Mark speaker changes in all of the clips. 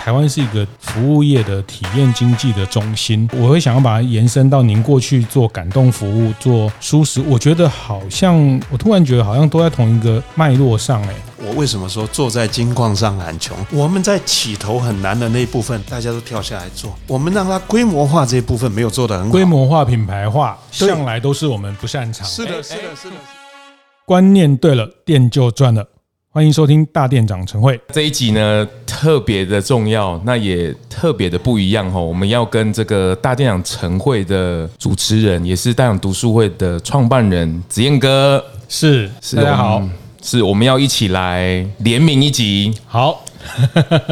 Speaker 1: 台湾是一个服务业的体验经济的中心，我会想要把它延伸到您过去做感动服务、做舒适，我觉得好像我突然觉得好像都在同一个脉络上哎、
Speaker 2: 我为什么说坐在金矿上喊穷？我们在起头很难的那一部分，大家都跳下来做。我们让它规模化这一部分没有做得很好。
Speaker 1: 规模化、品牌化
Speaker 2: 对
Speaker 1: 向来都是我们不擅长。
Speaker 2: 是的，是的，是的。
Speaker 1: 观念对了，店就赚了。欢迎收听大店长晨会，
Speaker 3: 这一集呢特别的重要，那也特别的不一样哦。我们要跟这个大店长晨会的主持人，也是大店长读书会的创办人子燕哥，
Speaker 1: 是
Speaker 3: 是嗯
Speaker 1: 大家好
Speaker 3: 我，们是我们要一起来联名一集。
Speaker 1: 好，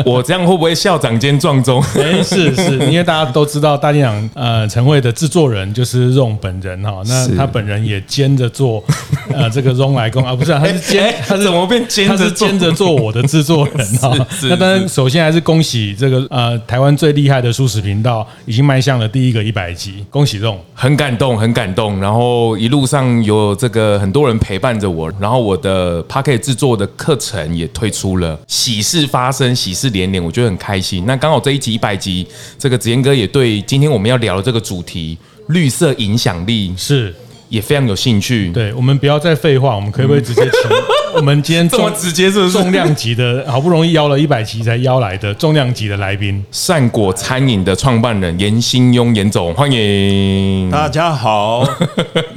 Speaker 3: 我这样会不会校长兼撞钟？
Speaker 1: 哎，是 是，因为大家都知道大店长呃晨会的制作人就是 Ron 本人哈、那
Speaker 3: 是
Speaker 1: 他本人也兼着 做呃这个 Ron 来工啊，不是、啊、他是兼、
Speaker 3: 哎
Speaker 1: 他是
Speaker 3: 怎么变兼
Speaker 1: 他
Speaker 3: 着
Speaker 1: 是
Speaker 3: 做
Speaker 1: 兼着做我的制作人哈、
Speaker 3: 是是
Speaker 1: 那当然，
Speaker 3: 是
Speaker 1: 首先还是恭喜这个呃台湾最厉害的舒适频道已经迈向了第一个一百集，恭喜 Ron。
Speaker 3: 很感动，很感动。然后一路上有这个很多人陪伴着我，然后我的 p a c k e t 制作的课程也推出了，喜事发生，喜事连连，我觉得很开心。那刚好这一集一百集，这个子燕哥也对今天我们要聊的这个主题“绿色影响力
Speaker 1: 是，”
Speaker 3: 也非常有兴趣。，
Speaker 1: 对，我们不要再废话，我们可不可以直接请 我们今天
Speaker 3: 这么
Speaker 1: 重
Speaker 3: 直接是不 是？
Speaker 1: 重量级的，好不容易邀了一百集才邀来的重量级的来宾？
Speaker 3: 善果餐饮的创办人严新庸严总，欢迎。
Speaker 2: 大家好，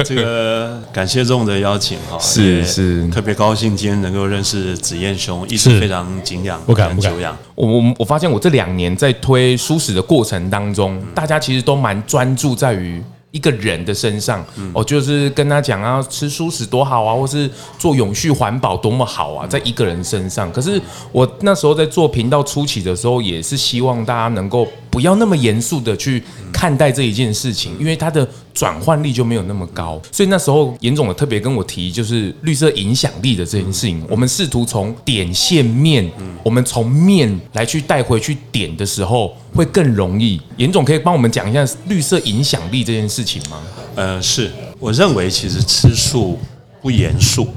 Speaker 2: 这个感谢众的邀请哈，
Speaker 3: 是
Speaker 2: 也
Speaker 3: 是
Speaker 2: 特别高兴今天能够认识子燕兄，一直
Speaker 1: 是
Speaker 2: 非常敬仰，
Speaker 1: 不敢不敢
Speaker 2: 久仰。
Speaker 3: 我我我发现我这两年在推舒适的过程当中，大家其实都蛮专注在于。一个人的身上，哦，就是跟他讲啊，吃素食多好啊，或是做永续环保多么好啊，在一个人身上。可是我那时候在做频道初期的时候，也是希望大家能够不要那么严肃的去看待这一件事情，因为它的转换力就没有那么高。所以那时候严总有特别跟我提，就是绿色影响力的这件事情，我们试图从点线面，我们从面来去带回去点的时候，会更容易。严总可以帮我们讲一下绿色影响力这件事情吗？
Speaker 2: 呃，是，我认为其实吃素不严肃，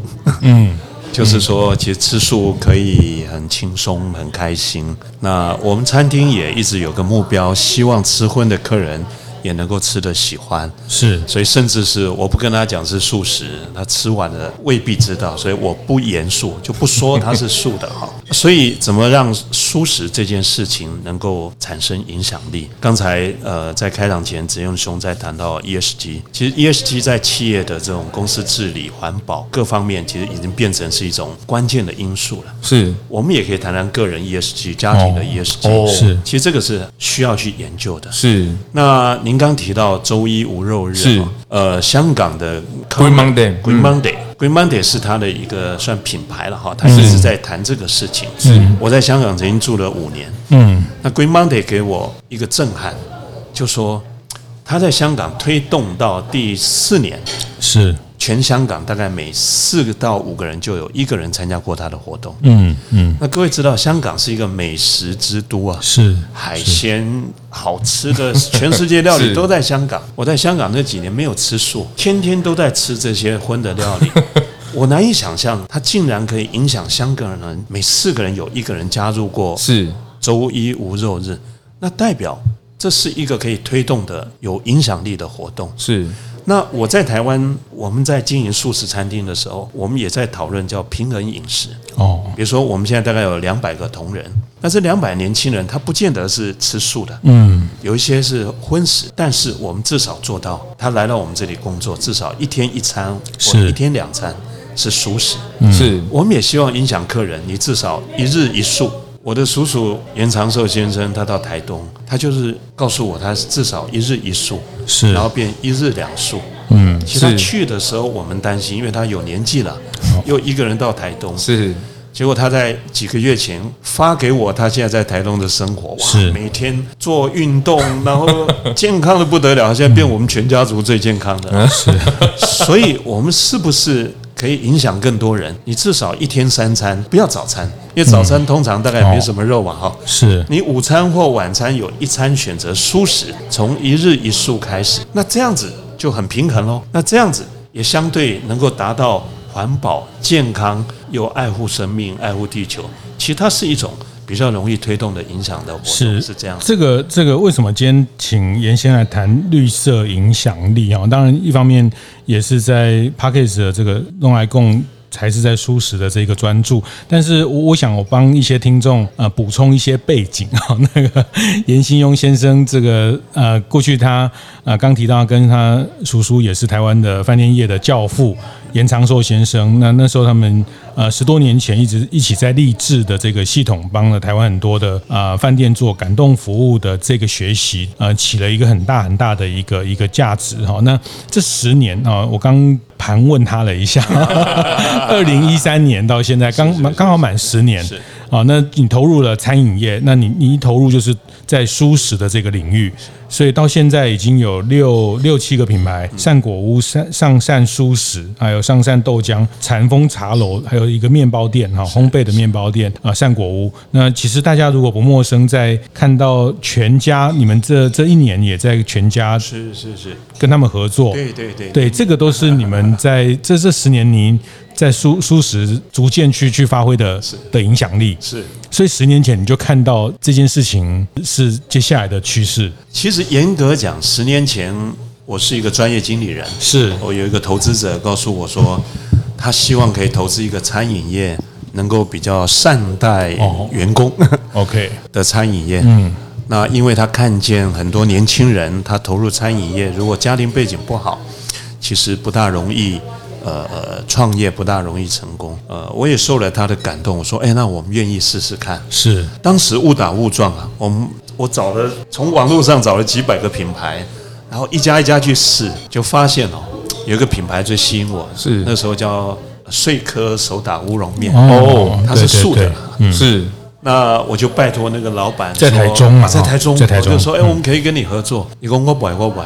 Speaker 2: 嗯， 就是说，其实吃素可以很轻松、很开心。那我们餐厅也一直有个目标，希望吃荤的客人也能够吃得喜欢，
Speaker 1: 是
Speaker 2: 所以甚至是我不跟他讲是素食，他吃完了未必知道，所以我不严肃，就不说它是素的哈。 所以怎么让素食这件事情能够产生影响力？刚才呃在开场前，子用兄在谈到 ESG，其实 ESG 在企业的这种公司治理、环保各方面，其实已经变成是一种关键的因素了。
Speaker 3: 是
Speaker 2: 我们也可以谈谈个人 ESG、家庭的 ESG，、
Speaker 3: 哦
Speaker 1: 是
Speaker 2: 其实这个是需要去研究的。
Speaker 3: 是
Speaker 2: 那您刚提到周一无肉日，
Speaker 3: 是
Speaker 2: 哦呃，香港的
Speaker 3: Green Monday，
Speaker 2: Green
Speaker 3: 嗯
Speaker 2: Monday、Green Monday 是它的一个算品牌了哈，它一直在谈这个事情。
Speaker 3: 嗯是
Speaker 2: 我在香港曾经住了五年，
Speaker 1: 嗯，
Speaker 2: 那 Green Monday 给我一个震撼，就说它在香港推动到第四年，
Speaker 1: 是，
Speaker 2: 全香港大概每四个到五个人就有一个人参加过它的活动。
Speaker 1: 嗯嗯，
Speaker 2: 那各位知道，香港是一个美食之都啊，
Speaker 1: 是
Speaker 2: 海鲜好吃的， 全世界料理
Speaker 3: 是
Speaker 2: 都在香 港。我在香港那几年没有吃素，天天都在吃这些荤的 料理。我难以想象，它竟然可以影响香港人，每四个人有一个人加入过
Speaker 3: 是
Speaker 2: 周一无肉日，那代表这是一个可以推动的有影响力的活动。
Speaker 3: 是
Speaker 2: 那我在台湾，我们在经营素食餐厅的时候，我们也在讨论叫平衡饮食。
Speaker 1: 哦，
Speaker 2: 比如说，我们现在大概有两百个同仁，那这两百年轻人他不见得是吃素的，
Speaker 1: 嗯，
Speaker 2: 有一些是荤食，但是我们至少做到，他来到我们这里工作，至少一天一餐或
Speaker 1: 是
Speaker 2: 一天两餐是素食。
Speaker 3: 是
Speaker 2: 我们也希望影响客人，你至少一日一素。我的叔叔严长寿先生，他到台东，他就是告诉我，他至少一日一素，
Speaker 1: 是
Speaker 2: 然后变一日两素。
Speaker 1: 嗯，
Speaker 2: 其实他
Speaker 3: 是
Speaker 2: 去的时候，我们担心，因为他有年纪了，
Speaker 1: 哦
Speaker 2: 又一个人到台东，
Speaker 3: 是
Speaker 2: 结果他在几个月前发给我他现在在台东的生活，哇
Speaker 1: 是，
Speaker 2: 每天做运动，然后健康
Speaker 1: 嗯
Speaker 2: 的不得了，现在变我们全家族最健康的。是，所以我们是不是可以影响更多人。你至少一天三餐，不要早餐，因为早餐通常大概没什么肉嘛，哈、
Speaker 1: 是
Speaker 2: 你午餐或晚餐有一餐选择素食，从一日一素开始，那这样子就很平衡喽。那这样子也相对能够达到环保、健康又爱护生命、爱护地球。其实它是一种比较容易推动的影响的活动，
Speaker 1: 是
Speaker 2: 是这样子。
Speaker 1: 这个这个为什么今天请严先来谈绿色影响力啊？当然，一方面也是在 p a c k a g e 的这个用来供。才是在舒适的这个专注，但是我我想我帮一些听众呃补充一些背景啊、 那个严新庸先生这个呃过去他呃刚提到跟他叔叔也是台湾的饭店业的教父严长寿先生，那那时候他们呃十多年前一直一起在励志的这个系统帮了台湾很多的呃饭店做感动服务的这个学习，呃起了一个很大很大的一个一个价值哈、那这十年啊、我刚盘问他了一下， 二零一三年到现在刚满刚好满十年
Speaker 2: 是
Speaker 1: 啊，那你投入了餐饮业，那你你一投入就是在舒适的这个领域，所以到现在已经有六六七个品
Speaker 2: 嗯
Speaker 1: 牌，善果屋、上上善舒适，还有上善豆浆、禅风茶楼，还有一个面包店哈，烘焙的面包店啊，善果屋。那其实大家如果不陌生，在看到全家，你们这这一年也在全家
Speaker 2: 是是是，
Speaker 1: 跟他们合作，
Speaker 2: 对对对
Speaker 1: 对，这个都是你们在这这十年您在舒舒适逐渐去去发挥的的影响力。
Speaker 2: 是。
Speaker 1: 所以十年前你就看到这件事情是接下来的趋势，
Speaker 2: 其实严格讲，十年前我是一个专业经理人，
Speaker 1: 是
Speaker 2: 我有一个投资者告诉我说，他希望可以投资一个餐饮业，能够比较善待
Speaker 1: 哦
Speaker 2: 员工
Speaker 1: OK，
Speaker 2: 的餐饮业。嗯，那因为他看见很多年轻人，他投入餐饮业，如果家庭背景不好，其实不大容易。呃呃，创业不大容易成功。呃，我也受了他的感动，我说，哎，那我们愿意试试看。
Speaker 1: 是
Speaker 2: 当时误打误撞啊，我们我找了从网络上找了几百个品牌，然后一家一家去试，就发现哦，有一个品牌最吸引我，
Speaker 3: 是
Speaker 2: 那时候叫穗科手打乌龙面，
Speaker 1: 哦
Speaker 2: 它是素的
Speaker 1: 对对对嗯
Speaker 3: 是
Speaker 2: 那我就拜托那个老板
Speaker 1: 在
Speaker 2: 说
Speaker 1: 台中嘛
Speaker 2: 啊在台中，
Speaker 1: 哦在台中
Speaker 2: 我就说，哎、
Speaker 1: 嗯
Speaker 2: 我们可以跟你合作。你跟我摆，我摆，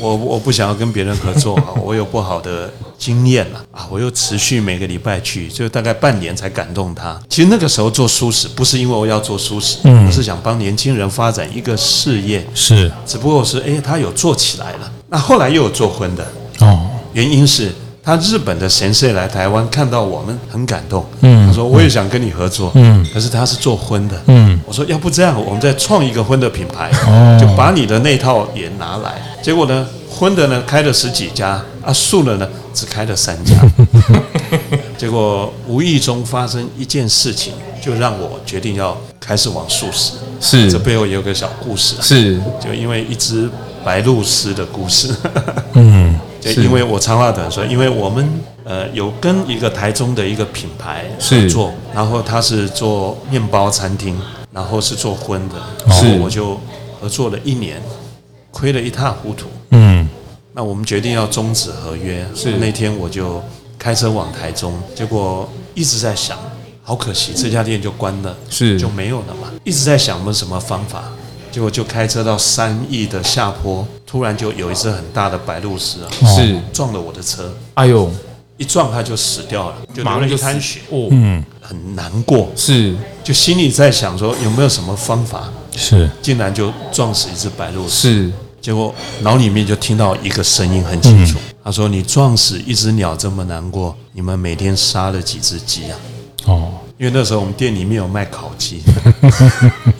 Speaker 2: 我我不想要跟别人 合作啊，我有不好的经验了啊，我又持续每个礼拜去，就大概半年才感动他。其实那个时候做舒适，不是因为我要做舒适，
Speaker 1: 嗯
Speaker 2: 我是想帮年轻人发展一个事业，
Speaker 1: 是
Speaker 2: 只不过是哎、他有做起来了。那后来又有做婚的，
Speaker 1: 哦，
Speaker 2: 原因是他日本的神社来台湾看到我们很感动，嗯，他说我也想跟你合作，嗯，可是他是做婚的，嗯，我说要不这样，我们再创一个婚的品牌，
Speaker 1: 哦
Speaker 2: 就把你的那套也拿来。结果呢，婚的呢开了十几家，啊，素的呢只开了三 家，结果无意中发生一件事情，就让我决定要开始往素食。
Speaker 3: 是
Speaker 2: 这背后有个小故事、啊，
Speaker 3: 是
Speaker 2: 就因为一只白鹭鸶的故事。嗯， 就是因为我长话短说，因为我们呃有跟一个台中的一个品牌
Speaker 3: 是
Speaker 2: 合作，然后他是做面包餐厅，然后是做荤的，然后
Speaker 3: 是
Speaker 2: 我就合作了一年，亏了一塌糊涂。
Speaker 1: 嗯，
Speaker 2: 那我们决定要终止合约。
Speaker 3: 是
Speaker 2: 那天我就开车往台中，结果一直在想，好可惜，这家店就关了，
Speaker 3: 嗯是
Speaker 2: 就没有了嘛。一直在想我们什么方法，结果就开车到三义的下坡，突然就有一只很大的白鹭鸶啊，
Speaker 3: 哦是，
Speaker 2: 撞了我的车，
Speaker 3: 哎呦，
Speaker 2: 一撞它就死掉了，就
Speaker 3: 马
Speaker 2: 流
Speaker 3: 上
Speaker 2: 了
Speaker 3: 就
Speaker 2: 一
Speaker 3: 死
Speaker 2: 滩血，
Speaker 3: 哦，
Speaker 2: 很难过，
Speaker 3: 是
Speaker 2: 就心里在想说有没有什么方法，
Speaker 1: 是
Speaker 2: 竟然就撞死一只白鹭鸶。
Speaker 3: 是
Speaker 2: 结果脑里面就听到一个声音很清楚，他说：“你撞死一只鸟这么难过，你们每天杀了几只鸡啊
Speaker 1: 哦，？”
Speaker 2: 因为那时候我们店里面有卖烤 鸡，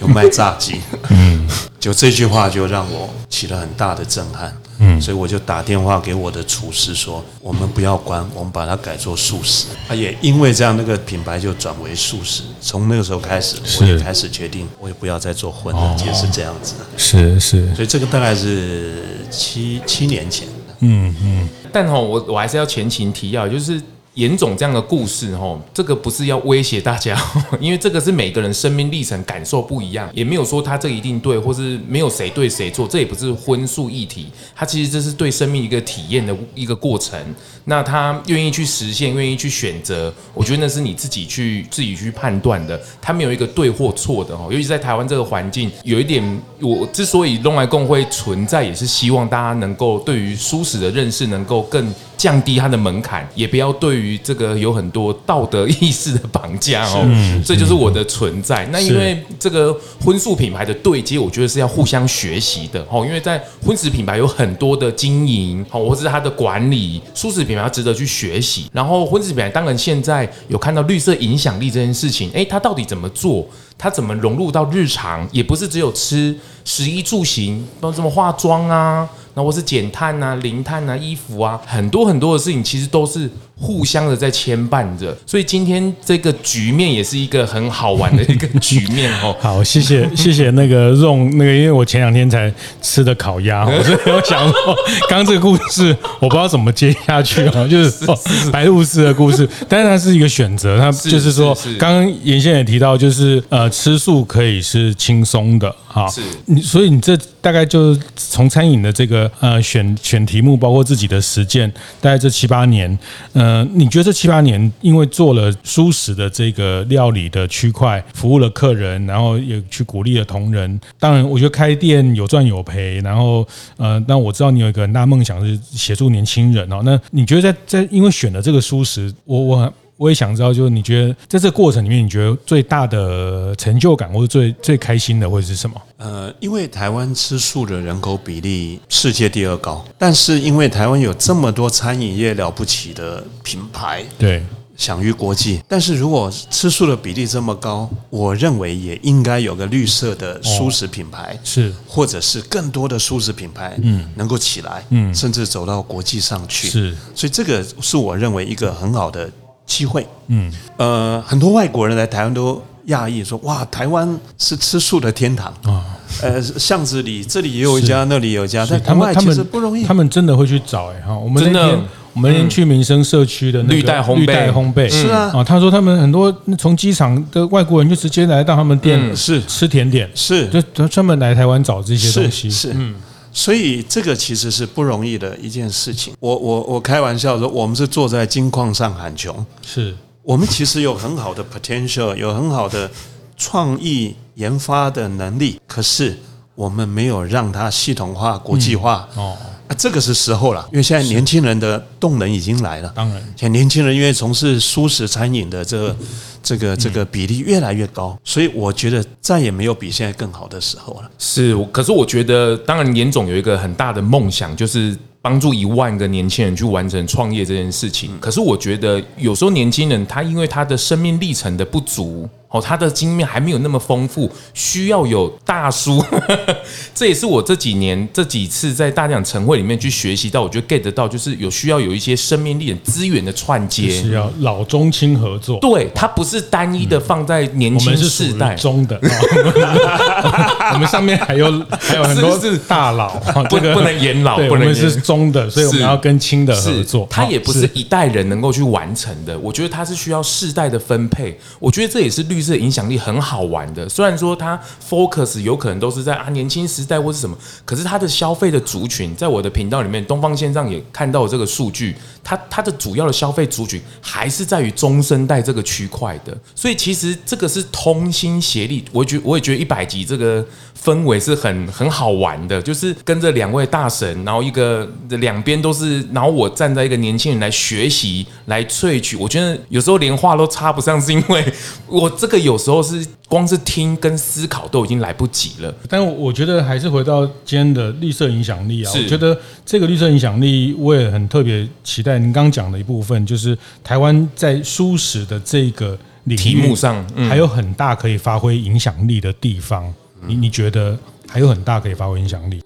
Speaker 2: 有卖炸鸡，
Speaker 1: 嗯
Speaker 2: 就这句话就让我起了很大的震撼，
Speaker 1: 嗯
Speaker 2: 所以我就打电话给我的厨师说，我们不要关，我们把它改做素食。啊，也因为这样，那个品牌就转为素食。从那个时候开始，我也
Speaker 1: 是哦
Speaker 2: 开始决定，我也不要再做荤的，也是这样子的。
Speaker 1: 是是
Speaker 2: 所以这个大概是七七年前的。
Speaker 3: 但吼，我我还是要前情提要，就是严总这样的故事吼，这个不是要威胁大家， 因为这个是每个人生命历程感受不一样，也没有说他这一定对，或是没有谁对谁错，这也不是荤素议题，他其实这是对生命一个体验的一个过程。那他愿意去实现，愿意去选择，我觉得那是你自己去自己去判断的，他没有一个对或错的哦。尤其在台湾这个环境，有一点，我之所以弄来共会存在，也是希望大家能够对于舒适的认识能够更降低它的门槛，也不要对于这个有很多道德意识的绑架哦。这就是我的存在。那因为这个荤素品牌的对接，我觉得是要互相学习的哦。因为在荤食品牌有很多的经营哦，或者是它的管理，素食品牌要值得去学习。然后荤食品牌当然现在有看到绿色影响力这件事情，诶，它到底怎么做？它怎么融入到日常？也不是只有吃，食衣住行，包括什么化妆啊，那或是减碳啊、零碳啊、衣服啊，很多很多的事情其实都是互相的在牵绊着。所以今天这个局面也是一个很好玩的一个局面哦。
Speaker 1: 好，谢谢 谢谢那个 Ron，那个因为我前两天才吃的烤鸭，我 所以我想说，刚刚这个故事我不知道怎么接下去啊，就是说白鹭鸶的故事，但是它是一个选择，它
Speaker 3: 是
Speaker 1: 就是说
Speaker 3: 是是，
Speaker 1: 刚刚严先生也提到，就是呃，吃素可以是轻松的哈，
Speaker 3: 是
Speaker 1: 你所以你这大概就是从餐饮的这个呃选选题目，包括自己的实践，大概这七八年，呃，你觉得这七八年因为做了舒适的这个料理的区块，服务了客人，然后也去鼓励了同仁。当然，我觉得开店有赚有赔，然后呃，那我知道你有一个很大梦想是协助年轻人哦。那你觉得在在因为选了这个舒适，我我很我也想知道，就是你觉得在这个过程里面，你觉得最大的成就感或者最最开心的会是什么？
Speaker 2: 呃，因为台湾吃素的人口比例世界第二高，但是因为台湾有这么多餐饮业了不起的品牌，
Speaker 1: 对，
Speaker 2: 享誉国际。但是如果吃素的比例这么高，我认为也应该有个绿色的素食品牌，
Speaker 1: 是
Speaker 2: 或者是更多的素食品牌，嗯，能够起来，嗯，甚至走到国际上去。
Speaker 1: 是，
Speaker 2: 所以这个是我认为一个很好的机会。嗯，呃，很多外国人来台湾都讶异说：“哇，台湾是吃素的天堂啊！”呃，巷子里这里也有一家，哎那里有一家，在
Speaker 1: 他
Speaker 2: 国
Speaker 1: 们
Speaker 2: 外
Speaker 1: 他
Speaker 2: 其实
Speaker 1: 们
Speaker 2: 不容易
Speaker 1: 他。们真的会去找哎、哈，我们
Speaker 3: 真的
Speaker 1: 那天我们那天去民生社区的那个
Speaker 3: 绿带烘焙
Speaker 1: 绿带烘焙
Speaker 2: 是啊
Speaker 1: 啊，他说他们很多从机场的外国人就直接来到他们店
Speaker 2: 嗯是
Speaker 1: 吃甜点，
Speaker 2: 是
Speaker 1: 就就专门来台湾找这些东西，嗯
Speaker 2: 是是，所以这个其实是不容易的一件事情。我我我开玩笑说，我们是坐在金矿上喊穷，
Speaker 1: 是
Speaker 2: 我们其实有很好的 potential，有很好的创意研发的能力，可是我们没有让它系统化、国际化。
Speaker 1: 哦，
Speaker 2: 啊，这个是时候了，因为现在年轻人的动能已经来了。
Speaker 1: 当然
Speaker 2: 现在年轻人因为从事素食餐饮的这个、这个、这
Speaker 1: 嗯
Speaker 2: 个比例越来越高，所以我觉得再也没有比现在更好的时候了。
Speaker 3: 是，我可是我觉得，当然严总有一个很大的梦想，就是帮助一万个年轻人去完成创业这件事情。
Speaker 1: 嗯
Speaker 3: 可是我觉得，有时候年轻人他因为他的生命历程的不足。哦，他的经验还没有那么丰富，需要有大叔。 这也是我这几年这几次在大奖晨会里面去学习到，我觉得 get 得到，就是有需要有一些生命力的资源的串接。
Speaker 1: 是啊要老中青合作，
Speaker 3: 对，它不是单一的放在年
Speaker 1: 我
Speaker 3: 轻
Speaker 1: 们是
Speaker 3: 世
Speaker 1: 属
Speaker 3: 代
Speaker 1: 于，中的， 啊我们上面还有还有很多
Speaker 3: 是是
Speaker 1: 大佬，啊
Speaker 3: 不
Speaker 1: 这个
Speaker 3: 不能言老
Speaker 1: 对
Speaker 3: 不
Speaker 1: 我
Speaker 3: 能
Speaker 1: 们
Speaker 3: 言
Speaker 1: 是中的，所以我们
Speaker 3: 是
Speaker 1: 要跟轻的合作，
Speaker 3: 它
Speaker 1: 啊
Speaker 3: 也不是一代人能够去完成的。我觉得它是需要世代的分配。我觉得这也是绿色影响力很好玩的。虽然说它 focus 有可能都是在啊年轻时代或是什么，可是它的消费的族群，在我的频道里面，东方线上也看到这个数据，它它的主要的消费族群还是在于中生代这个区块的。所以其实这个是同心协力。我觉我也觉得一百集这个氛围是很很好玩的，就是跟着两位大神，然后一个两边都是，然后我站在一个年轻人来学习来萃取。我觉得有时候连话都插不上，是因为我这个有时候是光是听跟思考都已经来不及了。
Speaker 1: 但我我觉得还是回到今天的绿色影响力啊，
Speaker 3: 是
Speaker 1: 我觉得这个绿色影响力，我也很特别期待您刚刚讲的一部分，就是台湾在舒适的这个领域
Speaker 3: 题目上嗯
Speaker 1: 还有很大可以发挥影响力的地方。你你觉得还有很大可以发挥影响力？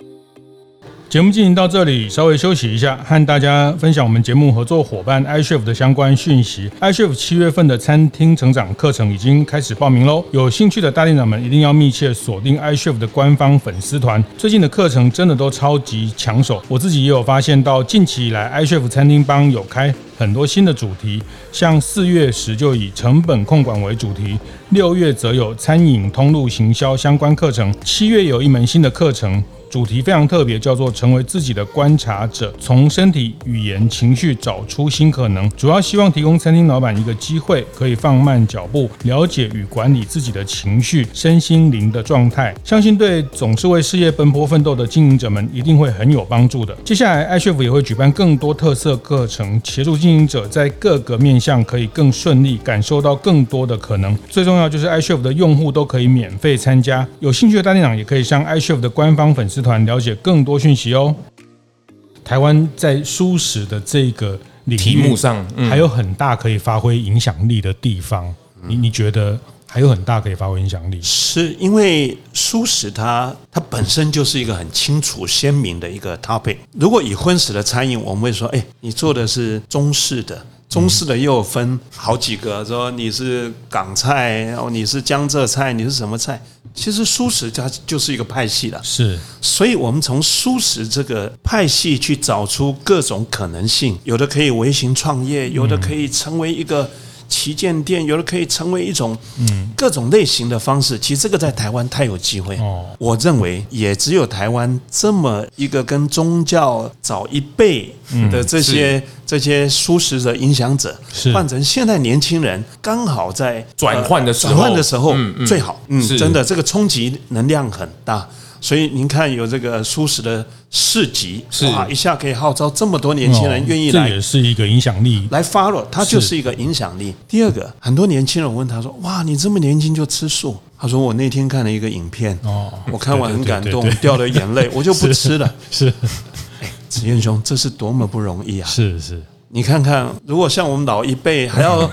Speaker 1: 节目进行到这里，稍微休息一下，和大家分享我们节目合作伙伴 iChef 的相关讯息。iChef 七月份的餐厅成长课程已经开始报名喽，有兴趣的大店长们一定要密切锁定 iChef 的官方粉丝团，最近的课程真的都超级抢手，我自己也有发现到，近期以来 iChef 餐厅帮有开很多新的主题，像四月时就以成本控管为主题，六月则有餐饮通路行销相关课程，七月有一门新的课程。主题非常特别，叫做“成为自己的观察者”，从身体、语言、情绪找出新可能。主要希望提供餐厅老板一个机会，可以放慢脚步，了解与管理自己的情绪、身心灵的状态。相信对总是为事业奔波奋斗的经营者们一定会很有帮助的。接下来，爱 chef 也会举办更多特色课程，协助经营者在各个面向可以更顺利，感受到更多的可能。最重要就是 iChef 的用户都可以免费参加，有兴趣的大店长也可以上 iChef 的官方粉丝团了解更多讯息哦。台湾在舒适的这个领域
Speaker 3: 题目上嗯
Speaker 1: 还有很大可以发挥影响力的地方，你你觉得还有很大可以发挥影响力？
Speaker 2: 是因为素食它它本身就是一个很清楚鲜明的一个 topic。如果以荤食的餐饮，我们会说，哎，你做的是中式的。中式的又有分好几个，说你是港菜，哦，你是江浙菜，你是什么菜？其实素食它就是一个派系了，
Speaker 1: 是
Speaker 2: 所以我们从素食这个派系去找出各种可能性，有的可以微型创
Speaker 1: 嗯
Speaker 2: 业，有的可以成为一个旗舰店，有的可以成为一种
Speaker 1: 嗯
Speaker 2: 各种类型的方式。其实这个在台湾太有机会
Speaker 1: 哦，
Speaker 2: 我认为也只有台湾这么一个跟宗教早一辈的这些这些素食的影响者
Speaker 1: 嗯是，
Speaker 2: 换成现在年轻人刚好在呃
Speaker 3: 转换的时候
Speaker 2: 转换的时候
Speaker 3: 嗯嗯
Speaker 2: 最好，嗯，
Speaker 3: 是
Speaker 2: 真的这个冲击能量很大。所以您看，有这个舒适的市集，
Speaker 3: 是
Speaker 2: 哇，一下可以号召这么多年轻人愿意
Speaker 1: 哦这
Speaker 2: 来、
Speaker 1: 也是一个影响力。
Speaker 2: 来 follow，它就是一个影响力。第二个，很多年轻人我问他说：“哇，你这么年轻就吃素？”他说：“我那天看了一个影片，
Speaker 1: 哦
Speaker 2: 我看完很感
Speaker 1: 对对
Speaker 2: 动，
Speaker 1: 对对
Speaker 2: 掉了眼泪，我就不吃了。
Speaker 1: 是”
Speaker 2: 子燕兄，这是多么不容易啊！
Speaker 1: 是是，
Speaker 2: 你看看，如果像我们老一辈，还 要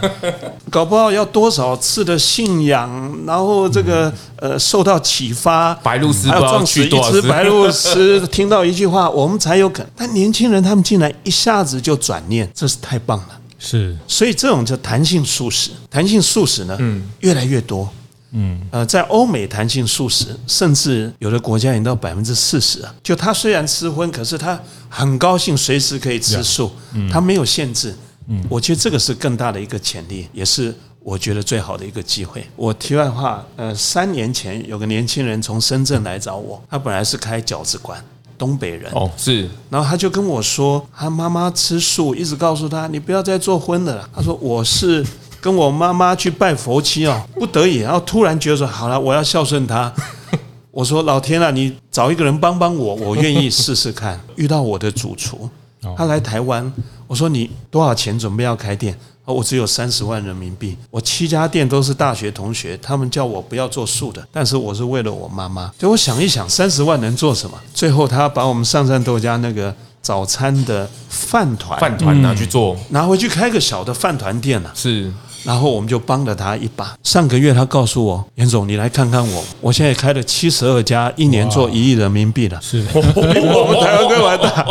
Speaker 2: 搞不好要多少次的信仰，然后这个呃受到启发，
Speaker 3: 嗯白鹭鸶
Speaker 2: 还有
Speaker 3: 不知道
Speaker 2: 撞死
Speaker 3: 去
Speaker 2: 一
Speaker 3: 多少
Speaker 2: 只
Speaker 3: 次，
Speaker 2: 白鹭 鸶，听到一句话，我们才有可能。但年轻人他们竟然一下子就转念，这是太棒了。
Speaker 1: 是
Speaker 2: 所以这种叫弹性素食，弹性素食呢，越来越多。嗯，呃，在欧美弹性素食，甚至有的国家已经到百分之四十啊。就他虽然吃荤，可是他很高兴随时可以吃素，他没有限制。嗯，我觉得这个是更大的一个潜力，也是我觉得最好的一个机会。我题外话，呃，三年前有个年轻人从深圳来找我，他本来是开饺子馆，东北人。
Speaker 3: 哦，是
Speaker 2: 然后他就跟我说，他妈妈吃素，一直告诉他，你不要再做荤的了啦。他说我是跟我妈妈去拜佛七哦，不得已，然后突然觉得说，好了，我要孝顺他。我说老天啊，你找一个人帮帮我，我愿意试试看。遇到我的主厨，他来台湾，我说你多少钱准备要开店？哦，我只有三十万人民币，我七家店都是大学同学，他们叫我不要做素的，但是我是为了我妈妈。所以我想一想，三十万能做什么？最后他把我们上善豆家那个早餐的饭团
Speaker 3: 饭团拿去做，
Speaker 2: 拿回去开个小的饭团店啊，
Speaker 3: 嗯是
Speaker 2: 然后我们就帮了他一把。上个月他告诉我，严总，你来看看我，我现在开了七十二家，一年做一亿人民币了。
Speaker 1: 是，
Speaker 2: 比我们台湾更 完蛋。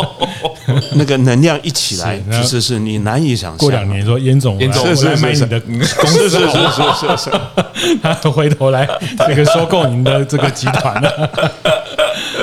Speaker 2: 那个能量一起来，
Speaker 1: 是那
Speaker 2: 其实是你难以想象。
Speaker 1: 过两年说严总，我来
Speaker 3: 严总
Speaker 1: 我来买你的公司，
Speaker 2: 是是是是是，
Speaker 1: 他回头来这个收购您的这个集团啊了。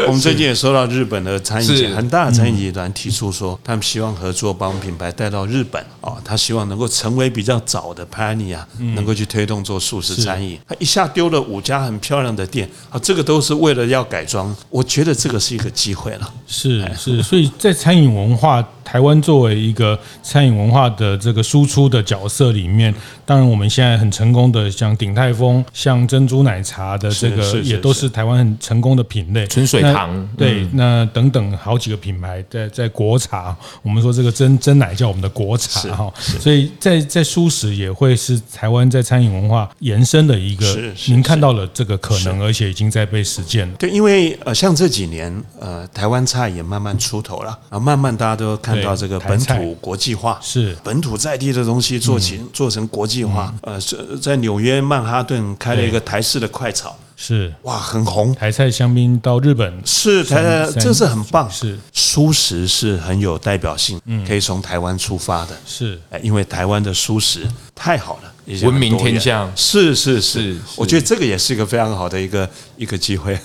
Speaker 2: 我们最近也收到日本的餐饮集
Speaker 3: 是
Speaker 2: 很大的餐饮集团提出说，他们希望合作把我们品牌带到日本哦，他希望能够成为比较早的 pioneer，能
Speaker 1: 嗯
Speaker 2: 够去推动做素食餐饮。他一下丢了五家很漂亮的店啊，这个都是为了要改装，我觉得这个是一个机会了。
Speaker 1: 是是，所以在餐饮文化，台湾作为一个餐饮文化的这个输出的角色里面，当然我们现在很成功的，像鼎泰丰、像珍珠奶茶的这
Speaker 2: 是
Speaker 1: 个，
Speaker 2: 是是
Speaker 1: 也都是台湾很成功的品类。
Speaker 3: 纯水
Speaker 1: 那
Speaker 3: 堂
Speaker 1: 对，
Speaker 2: 嗯
Speaker 1: 那等等好几个品牌在在国茶，我们说这个真真奶叫我们的国茶哈，所以在在舒适也会是台湾在餐饮文化延伸的一个
Speaker 2: 是，是
Speaker 1: 您看到了这个可能，而且已经在被实践了。
Speaker 2: 对，因为呃，像这几年呃，台湾菜也慢慢出头了，啊，慢慢大家都看到
Speaker 1: 对
Speaker 2: 这个
Speaker 1: 台
Speaker 2: 本
Speaker 1: 菜
Speaker 2: 土国际化，
Speaker 1: 是嗯
Speaker 2: 本土在地的东西做起、做成国际化。呃，这在纽约曼哈顿开了一个台式的快炒，
Speaker 1: 是，
Speaker 2: 哇，很红。
Speaker 1: 台菜香槟到日本
Speaker 2: 是台
Speaker 1: 三三
Speaker 2: 这是很棒，
Speaker 1: 是
Speaker 2: 素食是很有代表性，可以从台湾出发的，
Speaker 1: 是
Speaker 2: 哎因为台湾的素食太好了，已经
Speaker 3: 闻名
Speaker 2: 很多元
Speaker 3: 天下
Speaker 2: 是是
Speaker 3: 是
Speaker 2: 是
Speaker 3: 是，
Speaker 2: 我觉得这个也是一个非常好的一个一个机会。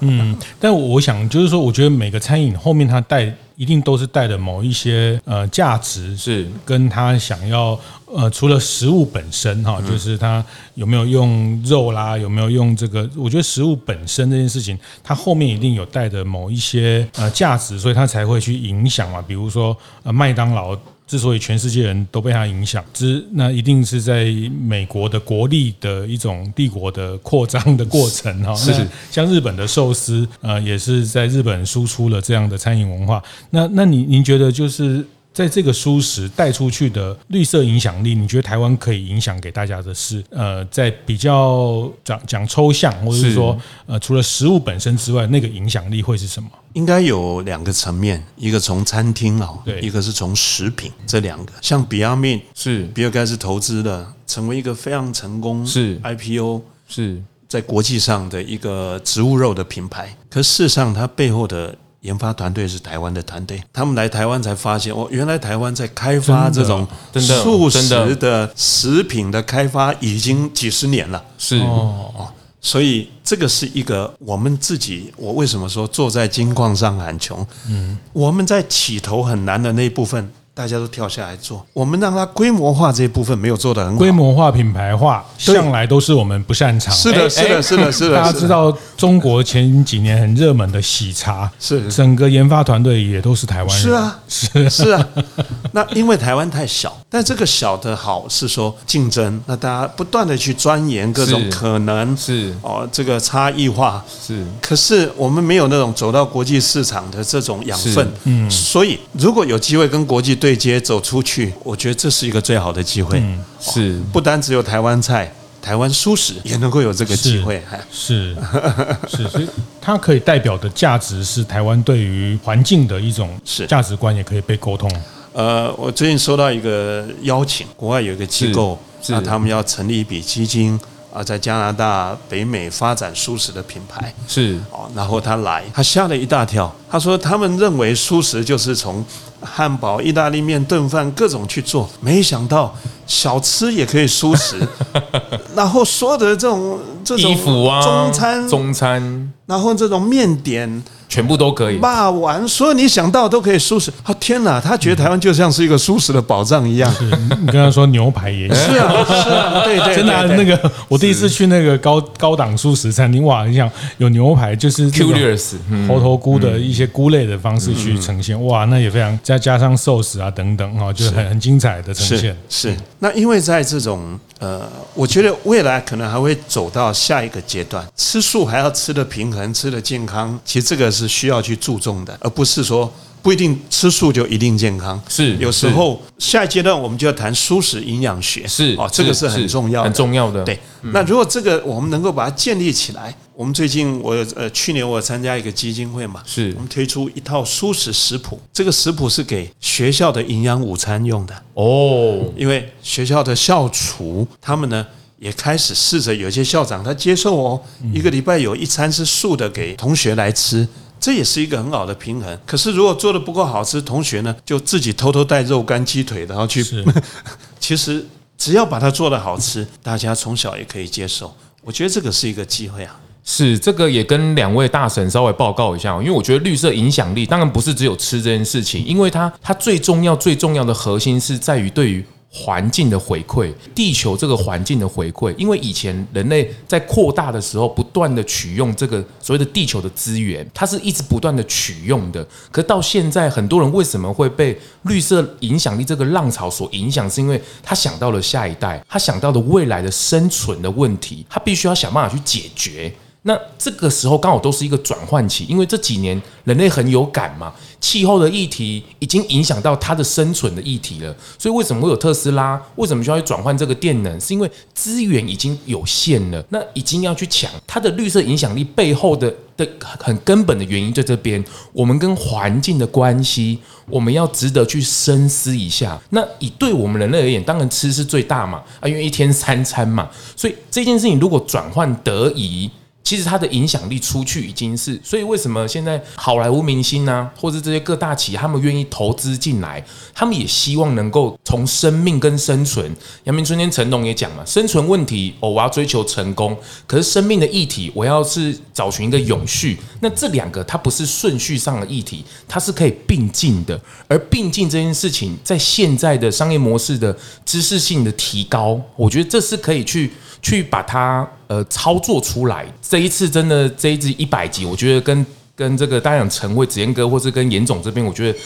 Speaker 1: 但我我想就是说，我觉得每个餐饮后面它带一定都是带着某一些呃价值，
Speaker 3: 是
Speaker 1: 跟他想要呃，除了食物本身哈，就是他有没有用肉啦，有没有用这个？我觉得食物本身这件事情，它后面一定有带着某一些呃价值，所以它才会去影响嘛。比如说呃，麦当劳。之所以全世界人都被它影响，之那一定是在美国的国力的一种帝国的扩张的过程哈。
Speaker 3: 是
Speaker 1: 那像日本的寿司，呃，也是在日本输出了这样的餐饮文化。那那你您觉得就是在这个舒适带出去的绿色影响力，你觉得台湾可以影响给大家的是，呃，在比较讲讲抽象，或者是
Speaker 3: 是
Speaker 1: 说，呃，除了食物本身之外，那个影响力会是什么？
Speaker 2: 应该有两个层面，一个从餐厅啊、
Speaker 1: 对
Speaker 2: 一个是从食品，这两个像 Beyond Meat，
Speaker 3: 是
Speaker 2: 比尔盖茨投资的，成为一个非常成功
Speaker 3: 是
Speaker 2: IPO，
Speaker 3: 是
Speaker 2: 在国际上的一个植物肉的品牌。可事实上，它背后的研发团队是台湾的团队，他们来台湾才发现，哦，原来台湾在开发
Speaker 1: 真的
Speaker 2: 这种
Speaker 3: 真的
Speaker 2: 素
Speaker 3: 真的
Speaker 2: 食的食品的开发已经几十年了。
Speaker 3: 是
Speaker 1: 哦，
Speaker 2: 所以这个是一个我们自己，我为什么说坐在金矿上喊穷？嗯，我们在起头很难的那一部分，大家都跳下来做，我们让它规模化这一部分没有做得很好。
Speaker 1: 规模化、品牌化，
Speaker 2: 对
Speaker 1: 向来都是我们不擅长。
Speaker 2: 是
Speaker 3: 哎
Speaker 2: 的，是
Speaker 3: 哎
Speaker 2: 的，是的，是的，
Speaker 1: 大家
Speaker 2: 是的
Speaker 1: 知道中国前几年很热门的喜茶，
Speaker 2: 是
Speaker 1: 整个研发团队也都是台湾人。
Speaker 2: 是啊，
Speaker 3: 嗯
Speaker 2: 是是啊。那因为台湾太小，但这个小的好是说竞争，那大家不断的去钻研各种
Speaker 3: 是
Speaker 2: 可能，
Speaker 3: 是
Speaker 2: 哦，这个差异化。
Speaker 3: 是
Speaker 2: 可是我们没有那种走到国际市场的这种养分
Speaker 3: 是，
Speaker 2: 嗯，所以如果有机会跟国际对接走出去，我觉得这是一个最好的机会。
Speaker 3: 嗯是
Speaker 2: 不单只有台湾菜，台湾素食也能够有这个机会。哎
Speaker 1: 是是，所以它可以代表的价值是台湾对于环境的一种
Speaker 2: 是
Speaker 1: 价值观，也可以被沟通。
Speaker 2: 呃，我最近收到一个邀请，国外有一个机构，
Speaker 3: 是
Speaker 2: 那
Speaker 3: 是
Speaker 2: 他们要成立一笔基金啊，在加拿大、北美发展素食的品牌。
Speaker 3: 是
Speaker 2: 哦，然后他来，他吓了一大跳。他说他们认为素食就是从汉堡、意大利面、炖饭各种去做，没想到小吃也可以素 食，然后所有的这种这种
Speaker 3: 衣服啊，
Speaker 2: 中餐，
Speaker 3: 中餐
Speaker 2: 然后这种面点、
Speaker 3: 全部都可以，
Speaker 2: 霸丸，所有你想到都可以素食。哦天哪，他觉得台湾就像是一个素食的宝藏一样。
Speaker 1: 对你跟他说牛排也是。
Speaker 2: 是啊，是啊，对对，
Speaker 1: 真的啊、
Speaker 2: 对对
Speaker 1: 那个我第一次去那个高高档素食餐厅，哇，你想有牛排，就是那种
Speaker 3: Curious，嗯
Speaker 1: 猴头菇的一些菇类的方式去呈现，哇，那也非常再加上寿司啊等等哈，就是很很精彩的呈现。
Speaker 2: 是是，那因为在这种呃，我觉得未来可能还会走到下一个阶段，吃素还要吃的平衡，吃的健康，其实这个是需要去注重的，而不是说。不一定吃素就一定健康，
Speaker 3: 是
Speaker 2: 有时候下一阶段我们就要谈素食营养学，
Speaker 3: 是
Speaker 2: 哦，这个是很重要的，
Speaker 3: 很重要的，
Speaker 2: 对，，那如果这个我们能够把它建立起来，我们最近我有呃去年我有参加一个基金会嘛，
Speaker 3: 是
Speaker 2: 我们推出一套素食食谱，这个食谱是给学校的营养午餐用的，
Speaker 3: 哦，
Speaker 2: 因为学校的校厨他们呢也开始试着，有些校长他接受哦，一个礼拜有一餐是素的给同学来吃。这也是一个很好的平衡。可是如果做的不够好吃，同学呢就自己偷偷带肉干、鸡腿，然后去
Speaker 1: 是
Speaker 2: 其实只要把它做的好吃，大家从小也可以接受。我觉得这个是一个机会啊。
Speaker 3: 是这个也跟两位大神稍微报告一下哦，因为我觉得绿色影响力当然不是只有吃这件事情，因为它它最重要最重要的核心是在于对于。环境的回馈，地球这个环境的回馈，因为以前人类在扩大的时候，不断的取用这个所谓的地球的资源，它是一直不断的取用的。可到现在，很多人为什么会被绿色影响力这个浪潮所影响，是因为他想到了下一代，他想到了未来的生存的问题，他必须要想办法去解决。那这个时候刚好都是一个转换期，因为这几年人类很有感嘛，气候的议题已经影响到它的生存的议题了。所以为什么会有特斯拉？为什么需要去转换这个电能？是因为资源已经有限了，那已经要去抢它的绿色影响力背后的的很根本的原因在这边，我们跟环境的关系，我们要值得去深思一下。那以对我们人类而言，当然吃是最大嘛，啊，因为一天三餐嘛，所以这件事情如果转换得宜。其实它的影响力出去已经是，所以为什么现在好莱坞明星啊，或是这些各大企业，他们愿意投资进来，他们也希望能够从生命跟生存。阳明春天成龙也讲嘛，生存问题哦，我要追求成功，可是生命的议题，我要是找寻一个永续。那这两个它不是顺序上的议题，它是可以并进的。而并进这件事情，在现在的商业模式的知识性的提高，我觉得这是可以去去把它呃操作出来。这一次真的这一支一百集，我觉得跟跟这个大家讲陈慧、子燕哥，或是跟严总这边，我觉得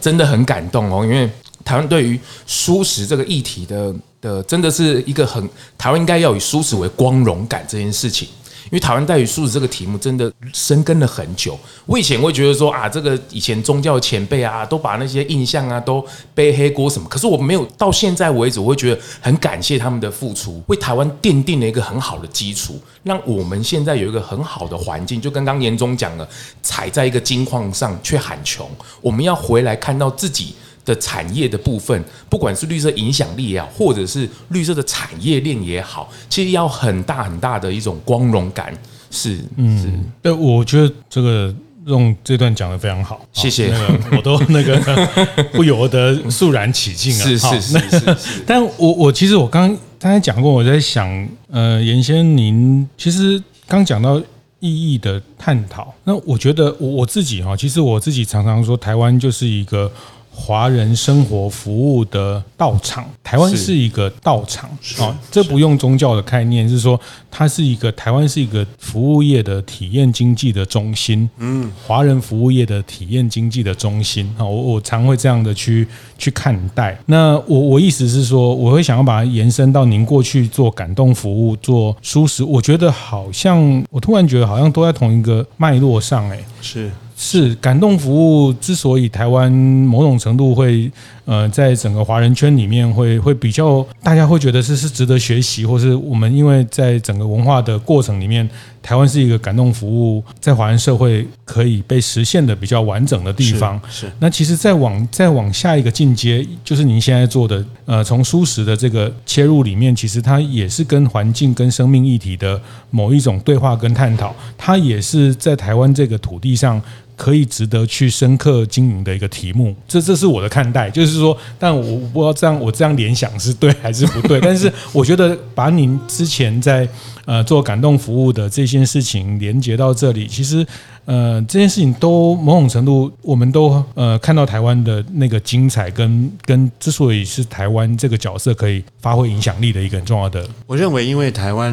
Speaker 3: 真的很感动哦，因为台湾对于舒适这个议题的的，真的是一个很台湾应该要以舒适为光荣感这件事情。因为台湾在于素食这个题目真的深耕了很久。我以前会觉得说啊，这个以前宗教前辈啊，都把那些印象啊都背黑锅什么。可是我没有到现在为止，我会觉得很感谢他们的付出，为台湾奠定了一个很好的基础，让我们现在有一个很好的环境。就跟刚严总讲了，踩在一个金矿上却喊穷，我们要回来看到自己。的产业的部分，不管是绿色影响力也好，或者是绿色的产业链也好，其实要很大很大的一种光荣感。是，嗯，
Speaker 1: 对，我觉得这个用这段讲的非常好，
Speaker 3: 谢谢
Speaker 1: 好那个我 都那个 不由得肃然起敬啊。
Speaker 3: 是
Speaker 1: 好
Speaker 3: 是是是 是，
Speaker 1: 但我我其实我刚刚才讲过，我在想，呃，原先您其实刚讲到意义的探讨，那我觉得我我自己哈，其实我自己常常说，台湾就是一个华人生活服务的道场，台湾
Speaker 3: 是
Speaker 1: 是一个道场啊，这不用宗教的概念，是说它是一个台湾是一个服务业的体验经济的中心，嗯，华人服务业的体验经济的中心啊，我我常会这样的去去看待。那我我意思是说，我会想要把它延伸到您过去做感动服务、做舒适，我觉得好像我突然觉得好像都在同一个脉络上、欸，
Speaker 2: 是
Speaker 1: 是感动服务之所以台湾某种程度会呃，在整个华人圈里面会会比较，大家会觉得是是值得学习，或是我们因为在整个文化的过程里面，台湾是一个感动服务在华人社会可以被实现的比较完整的地方。
Speaker 2: 是
Speaker 1: 那其实再往再往下一个进阶，就是您现在做的，呃，从舒适的这个切入里面，其实它也是跟环境、跟生命议题的某一种对话跟探讨，它也是在台湾这个土地上。可以值得去深刻经营的一个题目，这这是我的看待，就是说，但我我不知道这样我这样联想是对 还是不对，但是我觉得把您之前在呃做感动服务的这件事情连接到这里，其实呃这件事情都某种程度我们都呃看到台湾的那个精彩跟跟之所以是台湾这个角色可以发挥影响力的一个很重要的
Speaker 2: 我认为，因为台湾，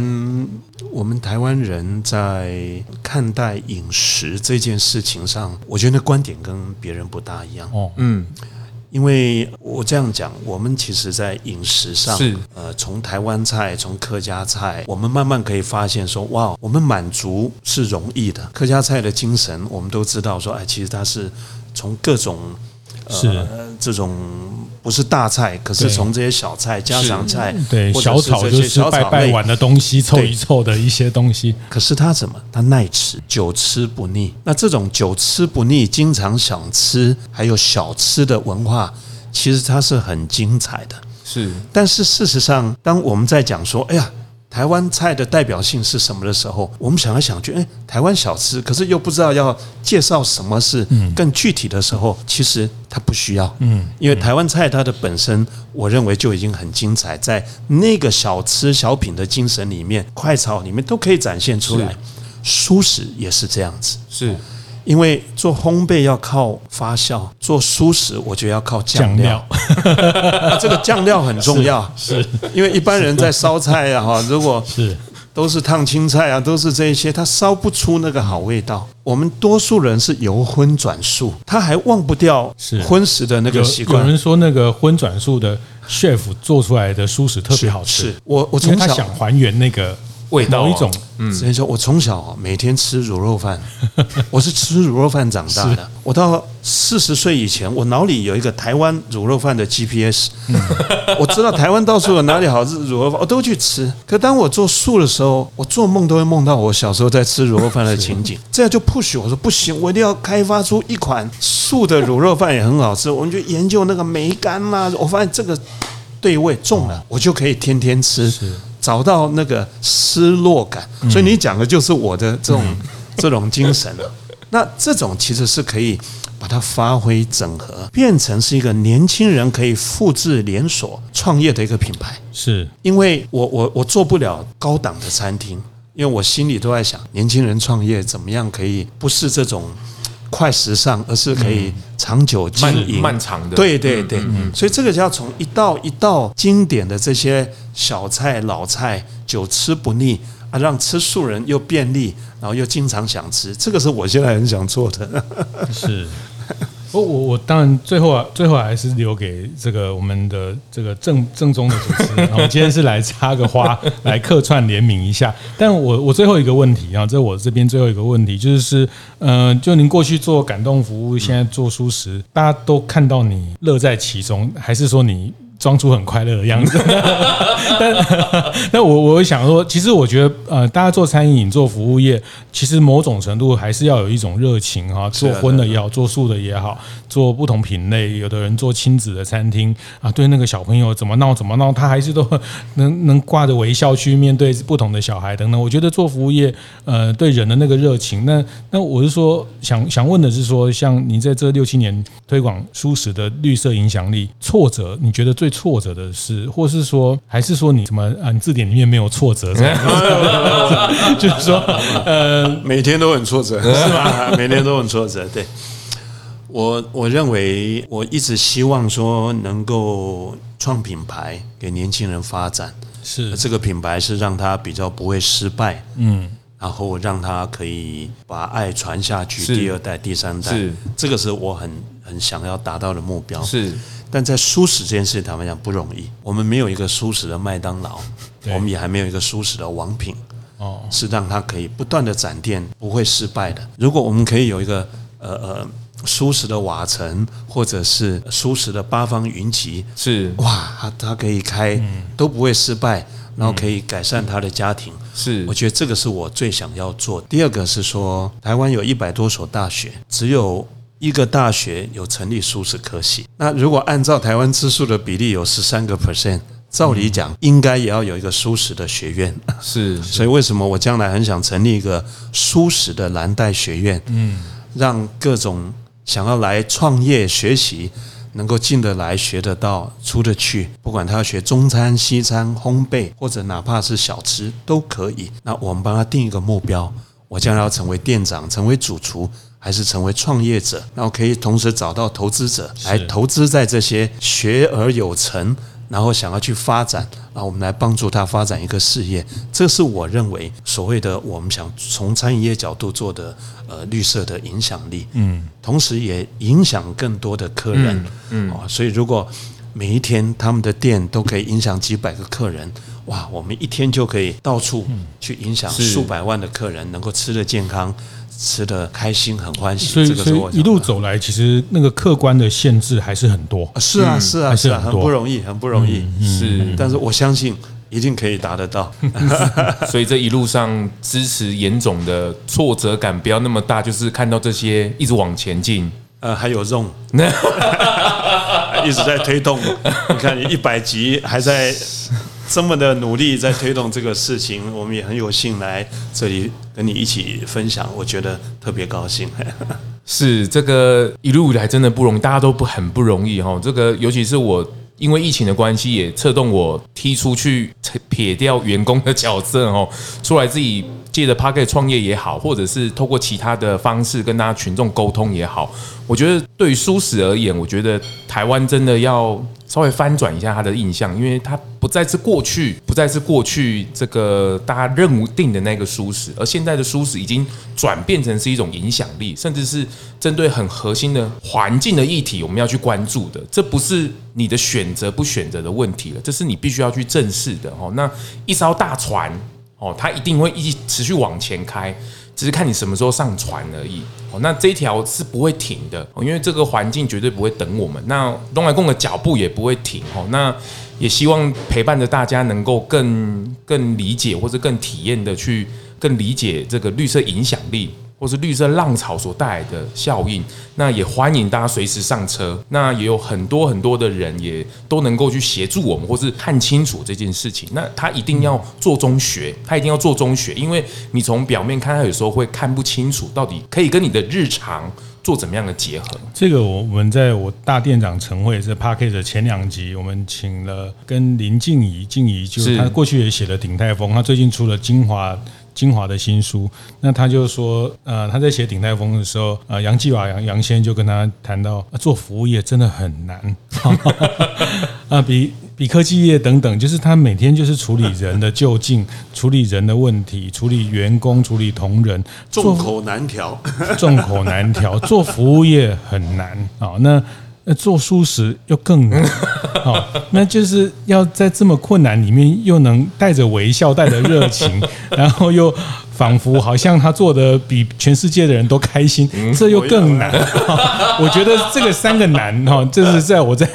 Speaker 2: 我们台湾人在看待饮食这件事情上，我觉得观点跟别人不大一样。
Speaker 1: 哦，
Speaker 3: 嗯，
Speaker 2: 因为我这样讲，我们其实，在饮食上，
Speaker 3: 是
Speaker 2: 呃，从台湾菜，从客家菜，我们慢慢可以发现说，哇，我们满足是容易的。客家菜的精神，我们都知道说，哎，其实它是从各种呃
Speaker 1: 是
Speaker 2: 这种不是大菜，可是
Speaker 1: 对
Speaker 2: 从这些小菜、家常菜，
Speaker 1: 对
Speaker 2: 或者
Speaker 1: 小
Speaker 2: 是
Speaker 1: 炒
Speaker 2: 这
Speaker 1: 就
Speaker 2: 些
Speaker 1: 是
Speaker 2: 小
Speaker 1: 拜
Speaker 2: 炒
Speaker 1: 拜
Speaker 2: 类
Speaker 1: 碗的东西凑一凑的一些东西，
Speaker 2: 可是它什么？它耐吃，久吃不腻。那这种久吃不腻、经常想吃，还有小吃的文化，其实它是很精彩的。
Speaker 3: 是
Speaker 2: 但是事实上，当我们在讲说，哎呀，台湾菜的代表性是什么的时候，我们想来想去，哎，台湾小吃，可是又不知道要介绍什么是更具体的时候，其实它不需要，嗯，因为台湾菜它的本身，我认为就已经很精彩，在那个小吃小品的精神里面，快炒里面都可以展现出来
Speaker 3: 是。
Speaker 2: 舒适也是这样子，
Speaker 3: 是
Speaker 2: 因为做烘焙要靠发酵，做舒适我觉得要靠
Speaker 1: 酱
Speaker 2: 酱料
Speaker 1: 料。
Speaker 2: 啊 这个酱料很重 要，是因为一般人在烧菜啊，哈，如果
Speaker 1: 是
Speaker 2: 都是烫青菜啊，都是这一些，它烧不出那个好味道。我们多数人是由荤转素，他还忘不掉
Speaker 1: 是
Speaker 2: 荤食的那个
Speaker 1: 有
Speaker 2: 习
Speaker 1: 有
Speaker 2: 惯。
Speaker 1: 人说那个荤转素的 chef 做出来的素食特别好吃
Speaker 2: 是，我我
Speaker 1: 因为
Speaker 2: 从
Speaker 1: 他
Speaker 2: 小
Speaker 1: 想嗯还原那个
Speaker 3: 味道啊
Speaker 1: 某一种
Speaker 2: 所以说我从小啊每天吃卤 肉饭，我是吃卤肉饭长大的。我到四十岁以前，我脑里有一个台湾卤肉饭的 GPS，、我 知道台湾到处有哪里好吃卤肉饭，我哦都去吃。可当我做素的时候，我做梦都会梦到我小时候在吃卤肉饭的情景，这样就 push 我说不行，我一定要开发出一款素的卤肉饭也很好吃。我们就研啊究那个梅干啦、我发现这个对味重了，我就可以天天吃。找到那个失落感。所以你讲的就是我的这种、这种精神啊了、那这种其实是可以把它发挥整合，变成是一个年轻人可以复制连锁创业的一个品牌。
Speaker 1: 是
Speaker 2: 因为我我我做不了高档的餐厅，因为我心里都在想，年轻人创业怎么样可以不是这种快时尚，而是可以长久经
Speaker 3: 漫
Speaker 2: 营、
Speaker 3: 嗯漫长的嗯
Speaker 2: 对对对，所以这个就要从一道一道经典的这些小菜、老菜，久吃不腻。啊，让吃素人又便利，然后又经常想吃，这个是我现在很想做的。
Speaker 1: 是。 我我我当然最后啊，最后还是留给这个我们的这个正正宗的主持人。啊我今天是来插个花，来客串联名一下。但我我最后一个问题啊，这我这边最后一个问题就是，呃，就您过去做感动服务，现在做舒适，大家都看到你乐在其中，还是说你装出很快乐的样子？但但我我想说，其实我觉得，呃，大家做餐饮、做服务业，其实某种程度还是要有一种热情哈、做荤的也好，做素的也好，做不同品类，有的人做亲子的餐厅啊，对那个小朋友怎么闹怎么闹，他还是都 能能挂着微笑去面对不同的小孩等等。我觉得做服务业，呃，对人的那个热情，那那我是说，想想问的是说，像你在这六七年推广舒适的绿色影响力，挫折，你觉得最挫折的是，或是说，还是说你什么啊？你字典里面没有挫折，这样 就是说，呃，
Speaker 2: 每天都很挫折，是吧？ 每天都很挫折。对我，我认为我一直希望说能够创品牌给年轻人发展，
Speaker 1: 是
Speaker 2: 这个品牌是让他比较不会失败，嗯，然后让他可以把爱传下去，
Speaker 3: 是
Speaker 2: 第二代、第三代
Speaker 3: 是，
Speaker 2: 这个是我很很想要达到的目标。
Speaker 3: 是
Speaker 2: 但在舒适这件事，坦白讲不容易。我们没有一个舒适的麦当劳，
Speaker 1: 对
Speaker 2: 我们也还没有一个舒适的王品，
Speaker 1: 哦，
Speaker 2: 是让它可以不断的展店，不会失败的。如果我们可以有一个呃呃舒适的瓦城，或者是舒适的八方云集，
Speaker 3: 是
Speaker 2: 哇，它它可以开、都不会失败，然后可以改善他的家庭。
Speaker 3: 是
Speaker 2: 我觉得这个是我最想要做的。第二个是说，台湾有一百多所大学，只有一个大学有成立素食科系。那如果按照台湾吃素的比例有十三个 percent，照理讲应该也要有一个素食的学院。
Speaker 3: 是
Speaker 2: 所以为什么我将来很想成立一个舒适的蓝带学院？嗯，让各种想要来创业学习。能够进得来、学得到、出得去，不管他要学中餐、西餐、烘焙，或者哪怕是小吃都可以。那我们帮他定一个目标，我将来要成为店长、成为主厨，还是成为创业者？然后可以同时找到投资者来投资在这些学而有成，然后想要去发展，那我们来帮助他发展一个事业，这是我认为所谓的我们想从餐饮业角度做的呃绿色的影响力，嗯，同时也影响更多的客人，嗯，哦、所以如果每一天他们的店都可以影响几百个客人，哇，我们一天就可以到处
Speaker 1: 嗯
Speaker 2: 去影响数百万的客人，能够吃得健康，吃得开心，很欢喜，
Speaker 1: 所以
Speaker 2: 这个是
Speaker 1: 所
Speaker 2: 我
Speaker 1: 以一
Speaker 2: 想
Speaker 1: 路
Speaker 2: 的。
Speaker 1: 走来，其实那个客观的限制还是很多
Speaker 2: 啊。是啊，是
Speaker 1: 嗯
Speaker 2: 啊，
Speaker 1: 还是
Speaker 2: 是啊，
Speaker 1: 很
Speaker 2: 很
Speaker 1: 多嗯
Speaker 2: 不容易，很不容易。
Speaker 3: 是，
Speaker 2: 但是我相信一定可以达 得到。
Speaker 3: 所以这一路上支持严总的挫折感不要那么大，就是看到这些一直往前进。
Speaker 2: 呃，还有 Zone，一直在推动。你看，一百集还在这么的努力在推动这个事情，我们也很有幸来这里跟你一起分享，我觉得特别高兴。
Speaker 3: 是这个一路以来真的不容易，大家都不很不容易哈、这个尤其是我因为疫情的关系，也策动我踢出去撇掉员工的角色哦，出来自己借着 p a c k e t 创业也好，或者是透过其他的方式跟大家群众沟通也好，我觉得对于舒适而言，我觉得台湾真的要稍微翻转一下他的印象，因为他不再是过去，不再是过去这个大家认定的那个舒适，而现在的舒适已经转变成是一种影响力，甚至是针对很核心的环境的议题，我们要去关注的。这不是你的选择不选择的问题了，这是你必须要去正视的哦。那一艘大船哦，它一定会一直持续往前开，只是看你什么时候上船而已。哦，那这一条是不会停的，哦因为这个环境绝对不会等我们。那东来共的脚步也不会停哦。那也希望陪伴着大家能够更更理解或者更体验的去更理解这个绿色影响力。或是绿色浪潮所带来的效应。那也欢迎大家随时上车。那也有很多很多的人也都能够去协助我们，或是看清楚这件事情。那他一定要做中学，他一定要做中学，因为你从表面看，他有时候会看不清楚到底可以跟你的日常做怎么样的结合。
Speaker 1: 这个我我们在我大店长陈慧是 p a c k a g e 前两集，我们请了跟林静怡，静怡就是
Speaker 3: 是
Speaker 1: 她过去也写了《鼎泰丰》，她最近出了精华。精华的新书，那她就说，呃，她在写《鼎泰丰》的时候，呃，杨继瓦杨杨先就跟她谈到、呃做服务业真的很难， 啊，比比科技业等等，就是他每天就是处理人的就近，处理人的问题，处理员工，处理同仁，
Speaker 2: 众口难调。
Speaker 1: 众口难调，做服务业很难啊、哦那那做素食又更难哦，那就是要在这么困难里面，又能带着微笑，带着热情，然后又仿佛好像他做的比全世界的人都开心，这又更难。哦我觉得这个三个难哦，这是在我在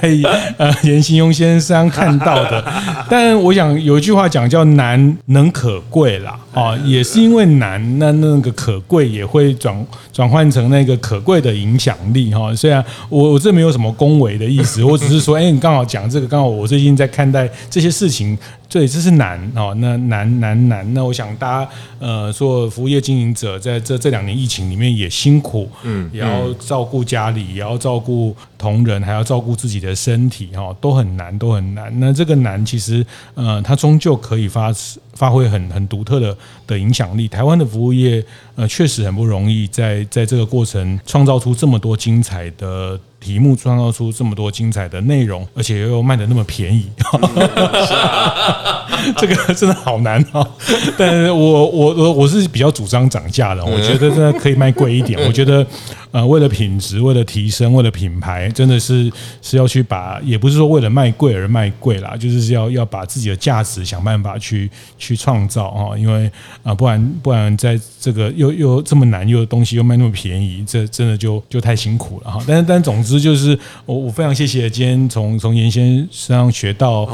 Speaker 1: 呃严行庸先生身上看到的。但我想有一句话讲叫“难能可贵”啦，哦，也是因为难，那那个可贵也会转转换成那个可贵的影响力哈、哦。虽然我我这没有什么恭维的意思，我只是说，哎、你刚好讲这个，刚好我最近在看待这些事情，对，这是难哦，那难难难。那我想大家呃做服务业经营者，在这这两年疫情里面也辛苦，嗯，也要照顾家里，也要照顾同仁，还要照顾自己的身体哈、哦，都很难，都很难。那这个难其实呃，它终究可以发发挥很很独特的的影响力。台湾的服务业呃确实很不容易在，在这个过程创造出这么多精彩的。题目创造出这么多精彩的内容，而且又卖的那么便宜， 这个真的好难哦。但是我我我我是比较主张涨价的，我觉得真的可以卖贵一点。我觉得呃，为了品质，为了提升，为了品牌，真的是是要去把，也不是说为了卖贵而卖贵啦，就是要要把自己的价值想办法去去创造哦，因为啊、不然不然在这个又又这么难，又东西又卖那么便宜，这真的就就太辛苦了哈。但是但总之就是我我非常谢谢今天从从严先身上学到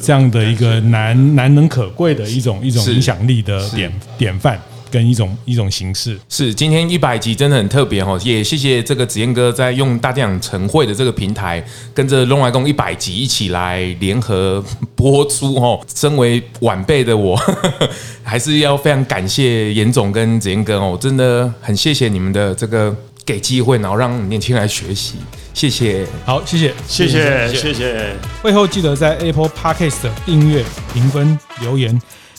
Speaker 1: 这样的一个难难能可贵的一种一种
Speaker 3: 是
Speaker 1: 影响力的典典范跟一种一种形式。
Speaker 3: 是，今天一百集真的很特别哦，也谢谢这个子燕哥在用大家长晨会的这个平台，跟着龙来公一百集一起来联合播出哦。身为晚辈的我， 还是要非常感谢严总跟子燕哥哦，真的很谢谢你们的这个给机会，然后让年轻人来学习，谢谢。
Speaker 1: 好，谢谢。
Speaker 2: 谢谢，谢谢。
Speaker 1: 会后记得在 Apple Podcast 订阅、评分、留言。